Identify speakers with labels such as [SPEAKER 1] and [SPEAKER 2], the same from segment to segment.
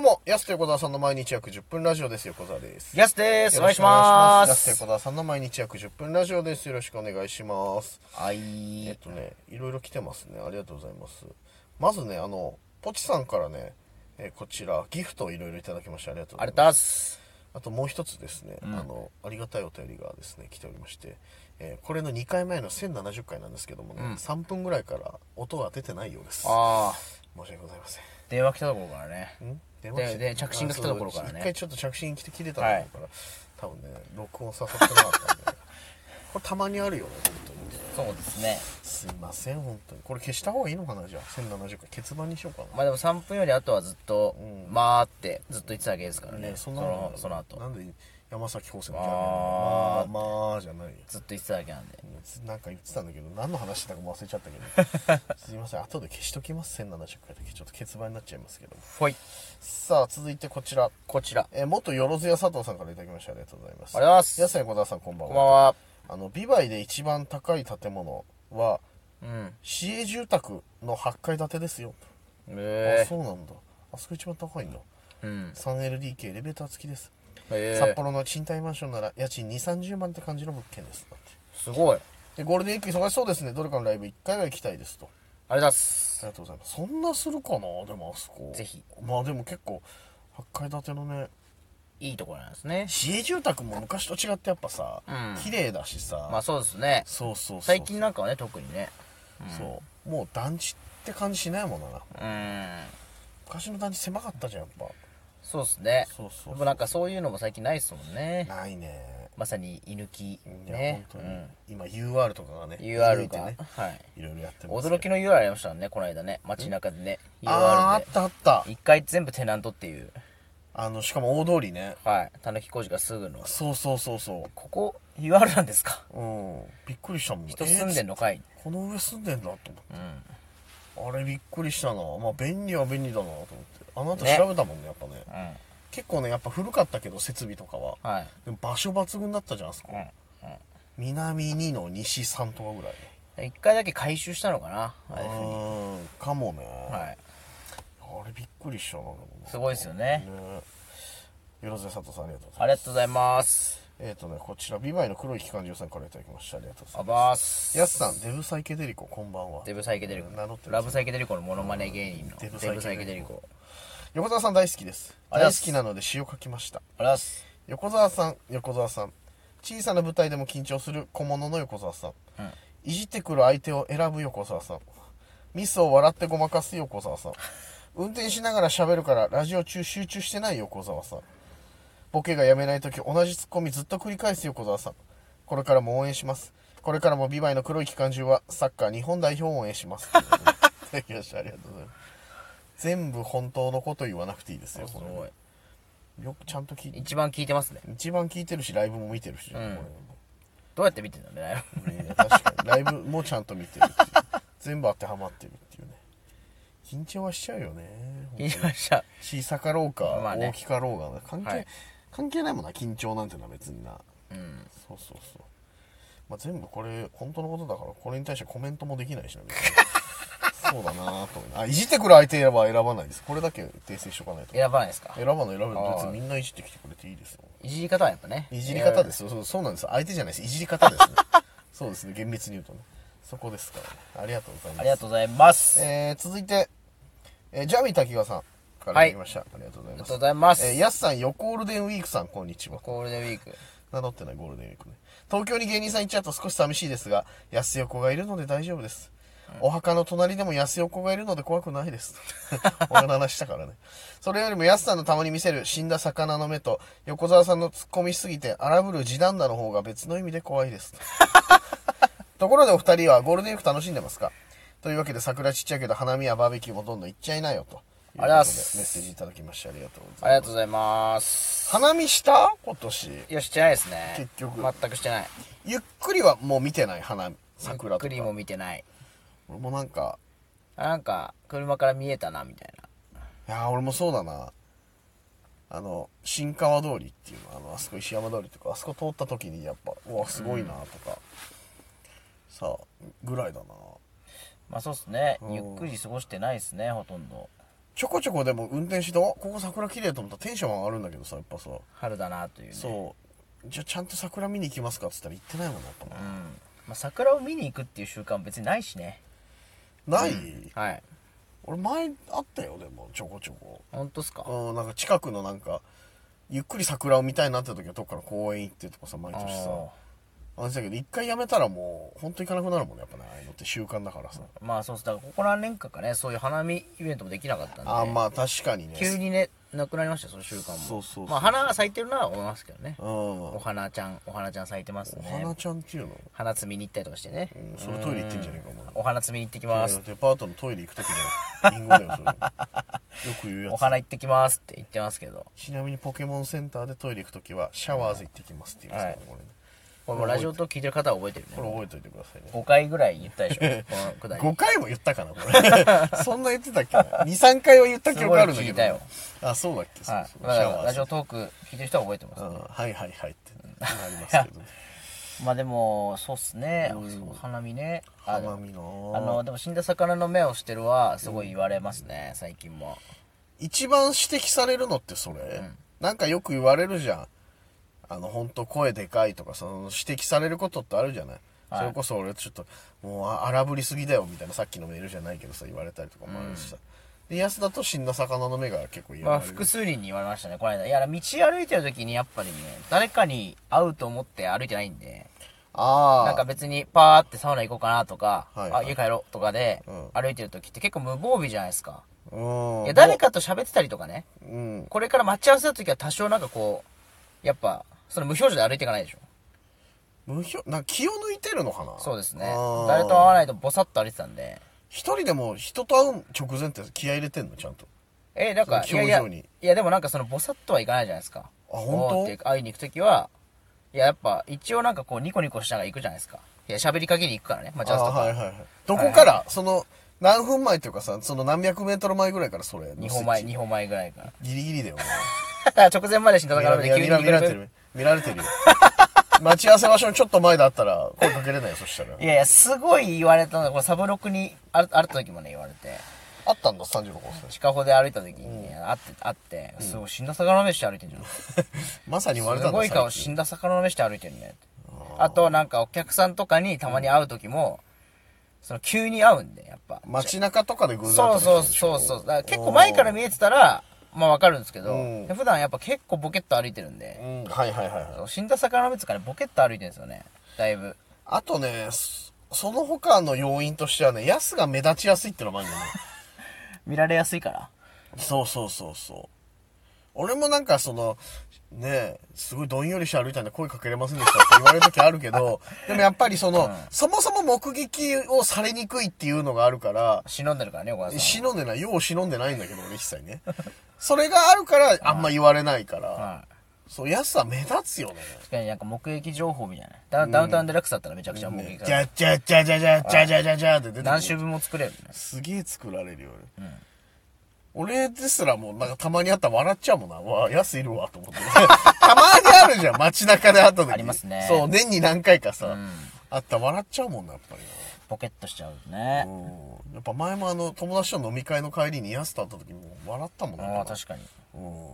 [SPEAKER 1] も、安手小沢さんの毎日約10分ラジオです。横澤です。
[SPEAKER 2] やすです。
[SPEAKER 1] よ
[SPEAKER 2] お願
[SPEAKER 1] ろ
[SPEAKER 2] い
[SPEAKER 1] く
[SPEAKER 2] しま
[SPEAKER 1] 安手
[SPEAKER 2] す
[SPEAKER 1] 小。沢さんの毎日約10分ラジオです。よろしくお願いします。
[SPEAKER 2] は
[SPEAKER 1] えっ
[SPEAKER 2] い。
[SPEAKER 1] とね、いろいろ来てますね。ありがとうございます。まずね、あの、ポチさんからね、えーこちら、ギフトをいろいろいただきまして、ありがとうご
[SPEAKER 2] あ
[SPEAKER 1] ざいま
[SPEAKER 2] れ
[SPEAKER 1] す。
[SPEAKER 2] だっす。
[SPEAKER 1] あともう一つですね、あの、ありがたいお便りがですね、来ておりまして、えーこれの2回前の1070回なんですけどもね、3分ぐらいから音が出てないようです。申
[SPEAKER 2] ああ、
[SPEAKER 1] し訳ございません。
[SPEAKER 2] 電話来たところからね。
[SPEAKER 1] ん電
[SPEAKER 2] でで着信が来たところからね
[SPEAKER 1] 一回ちょっと着信来て切れたところから、多分ね録音誘ってなかったんで これたまにあるよね本当に
[SPEAKER 2] そうですね。
[SPEAKER 1] すいません本当にこれ消した方がいいのかなじゃあ1070回欠番にしようか
[SPEAKER 2] まあでも3分より後はずっと、まーってずっと言ってたわけですから
[SPEAKER 1] な、
[SPEAKER 2] ね。
[SPEAKER 1] そ
[SPEAKER 2] そ
[SPEAKER 1] んなの
[SPEAKER 2] の、その後。
[SPEAKER 1] なんで山崎高専の
[SPEAKER 2] あー
[SPEAKER 1] まあまあじゃないよ
[SPEAKER 2] ずっと言ってたわけなんで。
[SPEAKER 1] なんか言ってたんだけど何の話してたかも忘れちゃった けどすいません後で消しときます1070回だけちょっと欠番になっちゃいますけど
[SPEAKER 2] ほい。
[SPEAKER 1] さあ続いてこちら
[SPEAKER 2] こちら。
[SPEAKER 1] えー、元よろずや佐藤さんからいただきましたありがとうございます
[SPEAKER 2] ありがとうございます
[SPEAKER 1] やさや小沢さんこんばんは
[SPEAKER 2] こんばんは。
[SPEAKER 1] あのビバイで一番高い建物は
[SPEAKER 2] うん。
[SPEAKER 1] 市営住宅の8階建てですよ、あ
[SPEAKER 2] え
[SPEAKER 1] そうなんだあそこ一番高いんだ
[SPEAKER 2] え。うん。
[SPEAKER 1] 3LDK エレベーター付きです、
[SPEAKER 2] え
[SPEAKER 1] 札
[SPEAKER 2] え。
[SPEAKER 1] 幌の賃貸マンションなら家賃2 3 0万って感じの物件ですだって
[SPEAKER 2] すごい。
[SPEAKER 1] でゴールデンウィーク忙しそうですねどれかのライブ1回は行きたいですと
[SPEAKER 2] あれだっ
[SPEAKER 1] あ
[SPEAKER 2] す。
[SPEAKER 1] りがとうございますそんなするかなでもあそこ
[SPEAKER 2] ぜひ
[SPEAKER 1] まあでも結構8階建てのね
[SPEAKER 2] いいところなんですね。
[SPEAKER 1] 市営住宅も昔と違ってやっぱさ、
[SPEAKER 2] うん
[SPEAKER 1] 綺麗だしさ、
[SPEAKER 2] まあそうですね。
[SPEAKER 1] そうそうそう
[SPEAKER 2] 最近なんかはね、特にね。
[SPEAKER 1] そうもう団地って感じしないもんな
[SPEAKER 2] うーん。
[SPEAKER 1] 昔の団地狭かったじゃんやっ
[SPEAKER 2] そうですね。
[SPEAKER 1] そうそうそう
[SPEAKER 2] でもなんかそういうのも最近ないっすもんね。
[SPEAKER 1] ぱないね
[SPEAKER 2] まさに居抜き
[SPEAKER 1] いや、
[SPEAKER 2] ね、
[SPEAKER 1] 本当に、今 UR とかがね
[SPEAKER 2] うん、UR
[SPEAKER 1] て
[SPEAKER 2] が、
[SPEAKER 1] ね
[SPEAKER 2] はい
[SPEAKER 1] いろいろやってますけど
[SPEAKER 2] 驚きの UR ありましたねこの間ね街中でね
[SPEAKER 1] あーあ
[SPEAKER 2] UR
[SPEAKER 1] っ
[SPEAKER 2] で
[SPEAKER 1] たあった
[SPEAKER 2] 一回全部テナントっていう
[SPEAKER 1] あのしかも大通りね
[SPEAKER 2] はいたぬき工事がすぐの
[SPEAKER 1] そうそうそうそ
[SPEAKER 2] ここ UR なんですか
[SPEAKER 1] ううんびっくりしたもん
[SPEAKER 2] 人住んでん
[SPEAKER 1] の、
[SPEAKER 2] のかい、
[SPEAKER 1] えーこの上住んでんだと思って
[SPEAKER 2] うん
[SPEAKER 1] あれびっくりしたなまあ便利は便利だなと思ってあなた
[SPEAKER 2] ね
[SPEAKER 1] 調べたもんねやっぱね
[SPEAKER 2] う
[SPEAKER 1] 結構ねやっぱ古かったけど設備とかは、
[SPEAKER 2] んはい
[SPEAKER 1] でも場所抜群だったじゃんあそこ、南2の西3とかぐらい
[SPEAKER 2] うん一回だけ回収したのかなああいうふうに
[SPEAKER 1] うんかもね、
[SPEAKER 2] はい
[SPEAKER 1] あれびっくりしたなでもな
[SPEAKER 2] すごいですよね
[SPEAKER 1] ねよろずや佐藤さんありがとうござ
[SPEAKER 2] あ
[SPEAKER 1] います
[SPEAKER 2] りがとうございます
[SPEAKER 1] えっ、とねこちらビバイの黒い機関銃さんからいただきましたありがとうござ
[SPEAKER 2] あ
[SPEAKER 1] いま
[SPEAKER 2] ばーす
[SPEAKER 1] すやすさんデブサイケデリコこんばんは
[SPEAKER 2] デブサイケデリコ
[SPEAKER 1] 名乗ってる
[SPEAKER 2] ラブサイケデリコのモノマネ芸人の
[SPEAKER 1] デ
[SPEAKER 2] デ
[SPEAKER 1] ブ
[SPEAKER 2] ブ
[SPEAKER 1] サイケデリコ
[SPEAKER 2] サイケデリコ
[SPEAKER 1] 横澤さん大好きです
[SPEAKER 2] あり
[SPEAKER 1] 大好
[SPEAKER 2] がとうございます
[SPEAKER 1] きなので詩を書きました
[SPEAKER 2] ありがとうございます
[SPEAKER 1] 横澤さん横澤さん小さな舞台でも緊張する小物の横澤さん
[SPEAKER 2] うん
[SPEAKER 1] いじってくる相手を選ぶ横澤さんミスを笑ってごまかす横澤さん運転しながら喋るからラジオ中集中してない横澤さんボケがやめない時同じツッコミずっと繰り返す横澤さんこれからも応援しますこれからもビバイの黒い機関銃はサッカー日本代表を応援しますい ただきましたありがとうございます全部本当のこと言わなくていいですよ
[SPEAKER 2] す
[SPEAKER 1] これ
[SPEAKER 2] ごい
[SPEAKER 1] よくちゃんと聞いて
[SPEAKER 2] 一番聞いてますね
[SPEAKER 1] 一番聞いてるしライブも見てるし、
[SPEAKER 2] ん
[SPEAKER 1] こ
[SPEAKER 2] どうやって見てんだろ うね
[SPEAKER 1] れね確かにライブもちゃんと見てるっていう全部当てはまってるっていうね緊張はしちゃうよね
[SPEAKER 2] 聞いてました
[SPEAKER 1] 小さかろうか、
[SPEAKER 2] まあね
[SPEAKER 1] 大きかろうがね関係、
[SPEAKER 2] はい
[SPEAKER 1] 関係ないもんな緊張なんてのは別にな
[SPEAKER 2] うん
[SPEAKER 1] そうそうそう、まあ、全部これ本当のことだからこれに対してコメントもできないし な別にそうだなと思うあいじってくる相手は選ばないですこれだけ訂正しとかないと
[SPEAKER 2] 選ばないですか
[SPEAKER 1] 選ばない選ばない別
[SPEAKER 2] あ
[SPEAKER 1] に
[SPEAKER 2] ー
[SPEAKER 1] みんないじってきてくれていいですよ
[SPEAKER 2] いじり方はやっぱね
[SPEAKER 1] いじり方ですすよそうそうなんです相手じゃないですいじり方 ですねそうですね厳密に言うとねそこですからねありがとうございます
[SPEAKER 2] ありがとうございます
[SPEAKER 1] えー続いて、えージャミ滝川さんからいただきました、ありがとうござい
[SPEAKER 2] あり
[SPEAKER 1] ま
[SPEAKER 2] が
[SPEAKER 1] す
[SPEAKER 2] とうございます、
[SPEAKER 1] えーやすさんよゴールデンウィークさんこんにちは
[SPEAKER 2] ゴールデンウィーク
[SPEAKER 1] 名乗ってないゴールデンウィークね東京に芸人さん行っちゃうと少し寂しいですが安横がいるので大丈夫ですお墓の隣でも安横がいるので怖くないです お墓の話したからねそれよりも安さんのたまに見せる死んだ魚の目と横澤さんのツッコミしすぎて荒ぶる地団打の方が別の意味で怖いです ところでお二人はゴールデンウィーク楽しんでますかというわけで桜ちっちゃいけど花見やバーベキューもどんどん行っちゃいなよということで
[SPEAKER 2] あり
[SPEAKER 1] メッ
[SPEAKER 2] がとうございます
[SPEAKER 1] セージいただきましてありがとうご
[SPEAKER 2] あ
[SPEAKER 1] ざいま
[SPEAKER 2] りがと
[SPEAKER 1] す
[SPEAKER 2] うございます
[SPEAKER 1] 花見した今年
[SPEAKER 2] いやしてないですね
[SPEAKER 1] 結局
[SPEAKER 2] 全くしてない
[SPEAKER 1] ゆっくりはもう見てない花
[SPEAKER 2] ゆ
[SPEAKER 1] 桜と
[SPEAKER 2] っ
[SPEAKER 1] か
[SPEAKER 2] くりも見てない
[SPEAKER 1] 俺もなんか
[SPEAKER 2] あなんか車から見えたなみたいない
[SPEAKER 1] やー俺もそうだなあの新川通りっていうのあのあそこ石山通りとかあそこ通った時にやっぱうわすごいなとか、さあぐらいだな
[SPEAKER 2] まあそうっすね
[SPEAKER 1] うん
[SPEAKER 2] ゆっくり過ごしてないですねほとんど
[SPEAKER 1] ちょこちょこでも運転して、あここ桜綺麗と思ったらテンション上がるんだけどさ、やっぱさ。
[SPEAKER 2] 春だなというね
[SPEAKER 1] そう。じゃあちゃんと桜見に行きますかっつったら行ってないもんな、やっぱ
[SPEAKER 2] うんまあ、桜を見に行くっていう習慣は別にないしね
[SPEAKER 1] な。ない、
[SPEAKER 2] はい
[SPEAKER 1] 俺前あったよ、でも、ちょこちょこ。
[SPEAKER 2] 本当っすか
[SPEAKER 1] うん、なんか近くのなんか、ゆっくり桜を見たいなって時はどっから公園行ってとかさ、毎年さ。
[SPEAKER 2] あ
[SPEAKER 1] あれだけど、一回やめたらもう、ほんと行かなくなるもんね、やっぱね、ああいうのって習慣だからさ。
[SPEAKER 2] ーまあそうっすだからここ何年間かねそういう花見イベントもできなかったんで
[SPEAKER 1] ああ、まあ確かにね。
[SPEAKER 2] 急にねなくなりましたよその習慣も
[SPEAKER 1] そうそうそう
[SPEAKER 2] まあ花が咲いてるのは思いますけどね
[SPEAKER 1] うん。
[SPEAKER 2] お
[SPEAKER 1] お
[SPEAKER 2] 花ちゃんお花ちゃん咲いてますね
[SPEAKER 1] 花ちゃんっていうの
[SPEAKER 2] 花摘みに行ったりとかしてね、
[SPEAKER 1] うんそれトイレ行ってんじゃねえか、もう。
[SPEAKER 2] お花摘みに行ってきま
[SPEAKER 1] いやい
[SPEAKER 2] す
[SPEAKER 1] やデパートのトイレ行く時のリンゴだよ それよく言うや
[SPEAKER 2] お
[SPEAKER 1] つ
[SPEAKER 2] 花行ってきますって言ってますけど
[SPEAKER 1] ちなみにポケモンセンターでトイレ行く時はシャワーズ行ってきますって言うんですけど、
[SPEAKER 2] これもうラジオと聞いてる方は覚えてる
[SPEAKER 1] こ
[SPEAKER 2] ね
[SPEAKER 1] れこれ覚えといてくださいね
[SPEAKER 2] 5回ぐらい言ったでし ょこのくだり
[SPEAKER 1] 5回も言ったかなこ れそんな言ってたっけ23回は言った記憶あるんだ
[SPEAKER 2] す
[SPEAKER 1] け
[SPEAKER 2] ごい聞い
[SPEAKER 1] ど
[SPEAKER 2] たよ
[SPEAKER 1] あそうだっけ、
[SPEAKER 2] はい
[SPEAKER 1] そ、うそう
[SPEAKER 2] だか
[SPEAKER 1] シャ
[SPEAKER 2] ら
[SPEAKER 1] ワー
[SPEAKER 2] ラジ
[SPEAKER 1] ズ
[SPEAKER 2] オトーク聞いてる人は覚えてます、
[SPEAKER 1] うんはいはいはいってなりますけどね
[SPEAKER 2] まあでもそうっすね、お花見ねあ
[SPEAKER 1] 甘
[SPEAKER 2] の
[SPEAKER 1] み
[SPEAKER 2] あの
[SPEAKER 1] の
[SPEAKER 2] でも死んだ魚の目をしてるはすごい言われますね、最近も
[SPEAKER 1] 一番指摘されるのってそれ、なんかよく言われるじゃんあの本当声でかいとかその指摘されることってあるじゃない、それこそ俺ちょっともうあ荒ぶりすぎだよみたいなさっきのメールじゃないけどさ言われたりとかもあるしさ、で安田と死んだ魚の目が結構言
[SPEAKER 2] まあ
[SPEAKER 1] われる、
[SPEAKER 2] 複数人に言われましたねこの間いや道歩いてる時にやっぱりね誰かに会うと思って歩いてないんで
[SPEAKER 1] ああ
[SPEAKER 2] なんか別にパーってサウナ行こうかなとか、
[SPEAKER 1] はいはい
[SPEAKER 2] あ家帰ろうとかで
[SPEAKER 1] うん
[SPEAKER 2] 歩いてる時って結構無防備じゃないですか、
[SPEAKER 1] うん
[SPEAKER 2] いや誰かと喋ってたりとかね
[SPEAKER 1] うん
[SPEAKER 2] これから待ち合わせの時は多少なんかこうやっぱその無表情で歩いていかないでしょ
[SPEAKER 1] 無表なんか気を抜いてるのかな
[SPEAKER 2] そうですね
[SPEAKER 1] あー
[SPEAKER 2] 誰と会わないとボサッと歩いてたんで
[SPEAKER 1] 一人でも人と会う直前って気合い入れてんのちゃんと
[SPEAKER 2] えなんかい
[SPEAKER 1] その
[SPEAKER 2] や
[SPEAKER 1] 表
[SPEAKER 2] いや
[SPEAKER 1] 情に
[SPEAKER 2] いやでもなんかそのボサッとはいかないじゃないですかあ
[SPEAKER 1] 本当
[SPEAKER 2] って会いに行く時はいややっぱ一応なんかこうニコニコしながら行くじゃないですかいや喋りかけに行くからね待ち合わせと
[SPEAKER 1] あ
[SPEAKER 2] か、
[SPEAKER 1] はいはいはいどこから、その何分前というかさその何百メートル前ぐらいからそれ
[SPEAKER 2] 2歩前2歩前ぐらいから
[SPEAKER 1] ギリギリだよね
[SPEAKER 2] だから 直前まで死んだから
[SPEAKER 1] 見
[SPEAKER 2] で
[SPEAKER 1] ら
[SPEAKER 2] 急
[SPEAKER 1] 見
[SPEAKER 2] に
[SPEAKER 1] ら見ら
[SPEAKER 2] 行
[SPEAKER 1] れて
[SPEAKER 2] く
[SPEAKER 1] る見られてるよ 待ち合わせ場所のちょっと前だったら声かけれないよそしたら
[SPEAKER 2] いやいやすごい言われたのがこれサブロクにあるあった時もね言われて
[SPEAKER 1] あったんだ36号線
[SPEAKER 2] 近歩で歩いた時に、ね会って会って、すごい死んだ魚の目して歩いてるじゃん
[SPEAKER 1] まさに言われ
[SPEAKER 2] す
[SPEAKER 1] たんだ
[SPEAKER 2] ごい顔死んだ魚の目して歩いてるねあとなんかお客さんとかにたまに会う時も、その急に会うんでやっぱ
[SPEAKER 1] 街中とかで偶然
[SPEAKER 2] そうそうそうそうだから結構前から見えてたらまあわかるんですけど、
[SPEAKER 1] うん
[SPEAKER 2] 普段やっぱ結構ボケっと歩いてるん
[SPEAKER 1] う
[SPEAKER 2] で、
[SPEAKER 1] んはいはいはいはい
[SPEAKER 2] 死んだ魚の目つかねボケっと歩いてるんですよねだいぶ
[SPEAKER 1] あとねそその他の要因としてはねヤスが目立ちやすいってのもある んだよね
[SPEAKER 2] 見られやすいから
[SPEAKER 1] そうそうそうそう俺もなんかそのねえすごいどんよりして歩いたんで声かけれませんでしたって言われる時あるけ どでもやっぱりその、そもそも目撃をされにくいっていうのがあるから
[SPEAKER 2] 忍んでるからね岡田さ
[SPEAKER 1] 忍んでないよう忍んでないんだけど俺一切ねそれがあるからあんま言われないから、
[SPEAKER 2] んはい
[SPEAKER 1] そう安さ目立つよね
[SPEAKER 2] 確かになんか目撃情報みたいなダ,、ダウンタウンデラックスだったらめちゃくちゃ目撃
[SPEAKER 1] じ
[SPEAKER 2] が、
[SPEAKER 1] ゃじゃじゃじゃじゃじゃじゃじゃじゃって出てくる
[SPEAKER 2] 何周分も作れるね
[SPEAKER 1] すげえ作られるよね、俺ですらもうなんかたまにあったら笑っちゃうもんな。わあ、安いるわ、と思 って。たまにあるじゃん、街中で会った時。
[SPEAKER 2] ありますね
[SPEAKER 1] そう、年に何回かさ、あったら笑っちゃうもんな、やっぱり
[SPEAKER 2] ポケットしちゃう
[SPEAKER 1] な。
[SPEAKER 2] ね
[SPEAKER 1] うん。やっぱ前もあの、友達との飲み会の帰りに安と会った時もう笑ったもんな。
[SPEAKER 2] ああ確かに
[SPEAKER 1] うん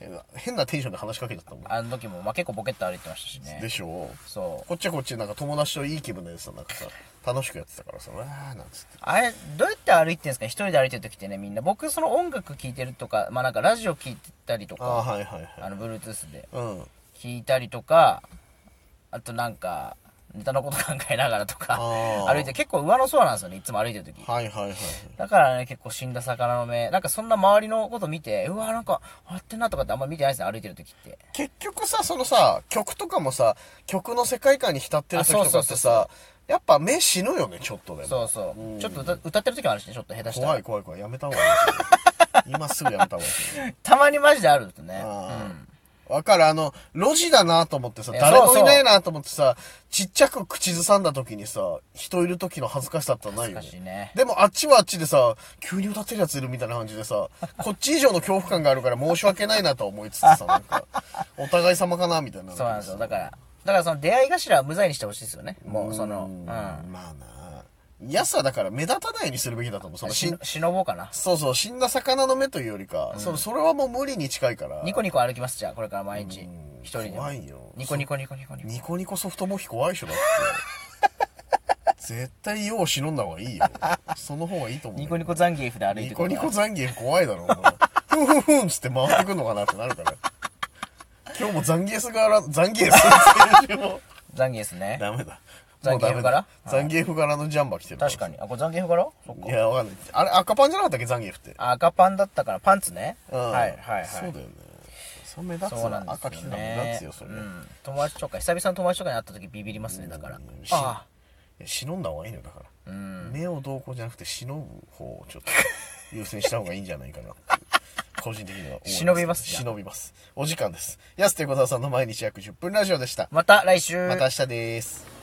[SPEAKER 1] 変な。変なテンションで話しかけちゃったもん。
[SPEAKER 2] あの時も、まあ、結構ボケット歩いてましたし
[SPEAKER 1] で
[SPEAKER 2] ね
[SPEAKER 1] しょ
[SPEAKER 2] そう
[SPEAKER 1] こっちはこっちでなんか友達といい気分でさ、なんかさ、楽しくやってたからさ、わーなんつって。
[SPEAKER 2] あれどうやって歩いてるんですか一人で歩いてる時ってねみんな僕その音楽聴いてるとかまあなんかラジオ聴いてたりと
[SPEAKER 1] あ
[SPEAKER 2] か
[SPEAKER 1] あ、はいはい
[SPEAKER 2] あ
[SPEAKER 1] はい。
[SPEAKER 2] の Bluetooth で
[SPEAKER 1] うん。
[SPEAKER 2] 聴いたりとかあとなんかネタのこと考えながらとか
[SPEAKER 1] あー
[SPEAKER 2] 歩いて結構上の空なんですよねいつも歩いてる時
[SPEAKER 1] はいはいはい。
[SPEAKER 2] だからね結構死んだ魚の目なんかそんな周りのこと見てうわなんかあってんなとかってあんま見てないですね歩いてる時って
[SPEAKER 1] 結局さそのさ曲とかもさ曲の世界観に浸ってる時と
[SPEAKER 2] あそ
[SPEAKER 1] か
[SPEAKER 2] う
[SPEAKER 1] っ
[SPEAKER 2] そ
[SPEAKER 1] て
[SPEAKER 2] うそ
[SPEAKER 1] さやっぱ目死ぬよねちょっとでも
[SPEAKER 2] そうそう、ちょっと歌歌ってる時もあるしねちょっと下手したら
[SPEAKER 1] 怖い怖い怖いやめた方がいい ですよ今すぐやめた方がいいですよ
[SPEAKER 2] たまにマジであるんですよね
[SPEAKER 1] あーわかるあの路地だなと思ってさ
[SPEAKER 2] え
[SPEAKER 1] 誰
[SPEAKER 2] そう
[SPEAKER 1] も
[SPEAKER 2] そ
[SPEAKER 1] いうないなと思ってさちっちゃく口ずさんだ時にさ人いる時の恥ずかしさってないよ
[SPEAKER 2] 難しいね
[SPEAKER 1] でもあっちはあっちでさ急に歌ってるやついるみたいな感じでさこっち以上の恐怖感があるから申し訳ないなとは思いつつさなんかお互い様かなみたいな
[SPEAKER 2] そうなんですよだからだからその出会い頭は無罪にしてほしいですよねもうそのうん
[SPEAKER 1] まあな安はだから目立たないようにするべきだと思う。その死
[SPEAKER 2] し
[SPEAKER 1] ん、
[SPEAKER 2] 忍ぼうかな。
[SPEAKER 1] そうそう、死んだ魚の目というよりか、そのそれはもう無理に近いから。
[SPEAKER 2] ニコニコ歩きます、じゃあ、これから毎日
[SPEAKER 1] うん。
[SPEAKER 2] 一人で。
[SPEAKER 1] 怖いよ
[SPEAKER 2] ニコニコニコニコニコ。
[SPEAKER 1] ニコニコソフトモヒ怖いでしょ、だ って。絶対よう忍んだ方がいいよ。その方がいいと思う。
[SPEAKER 2] ニコニコザンギエフで歩いて
[SPEAKER 1] ニ
[SPEAKER 2] く
[SPEAKER 1] コ
[SPEAKER 2] る
[SPEAKER 1] ニ
[SPEAKER 2] から
[SPEAKER 1] コザンギエフ怖いだろ、お前ふんふんふんっつって回ってくんのかなってなるから。今日もザンギエス柄、ザンギ エス先週も
[SPEAKER 2] ザンギエフね。
[SPEAKER 1] ダメだ。
[SPEAKER 2] ザンギエ
[SPEAKER 1] も
[SPEAKER 2] フ柄
[SPEAKER 1] うダメだザンギエフ柄のジャンバー着てるら
[SPEAKER 2] 確かに。あ、これザンギエフからそっ
[SPEAKER 1] い
[SPEAKER 2] か。
[SPEAKER 1] や、わかんない。あれ、赤パンじゃなかったっけ、ザンギエフって。
[SPEAKER 2] あ赤パンだったから、パンツね。
[SPEAKER 1] うん
[SPEAKER 2] はいはいはい。
[SPEAKER 1] そうだよね。そう目立つ
[SPEAKER 2] そう
[SPEAKER 1] な
[SPEAKER 2] な
[SPEAKER 1] ん
[SPEAKER 2] ですよ
[SPEAKER 1] 赤着
[SPEAKER 2] ね
[SPEAKER 1] てたら目立つよ、それ。
[SPEAKER 2] う
[SPEAKER 1] い
[SPEAKER 2] ん、友達とか久々の友達とかに会った時ビビりますねだから
[SPEAKER 1] うん
[SPEAKER 2] あ
[SPEAKER 1] や忍んだ方がいいのよ、だから。
[SPEAKER 2] ん
[SPEAKER 1] 目をどうこうじゃなくて、忍ぶ方をちょっ と優先した方がいいんじゃないかなって。個人的には思います
[SPEAKER 2] 忍びますじゃん
[SPEAKER 1] 忍びます。お時間です。安手小沢さんの毎日約10分ラジオでした
[SPEAKER 2] あ。また来週
[SPEAKER 1] また明日です。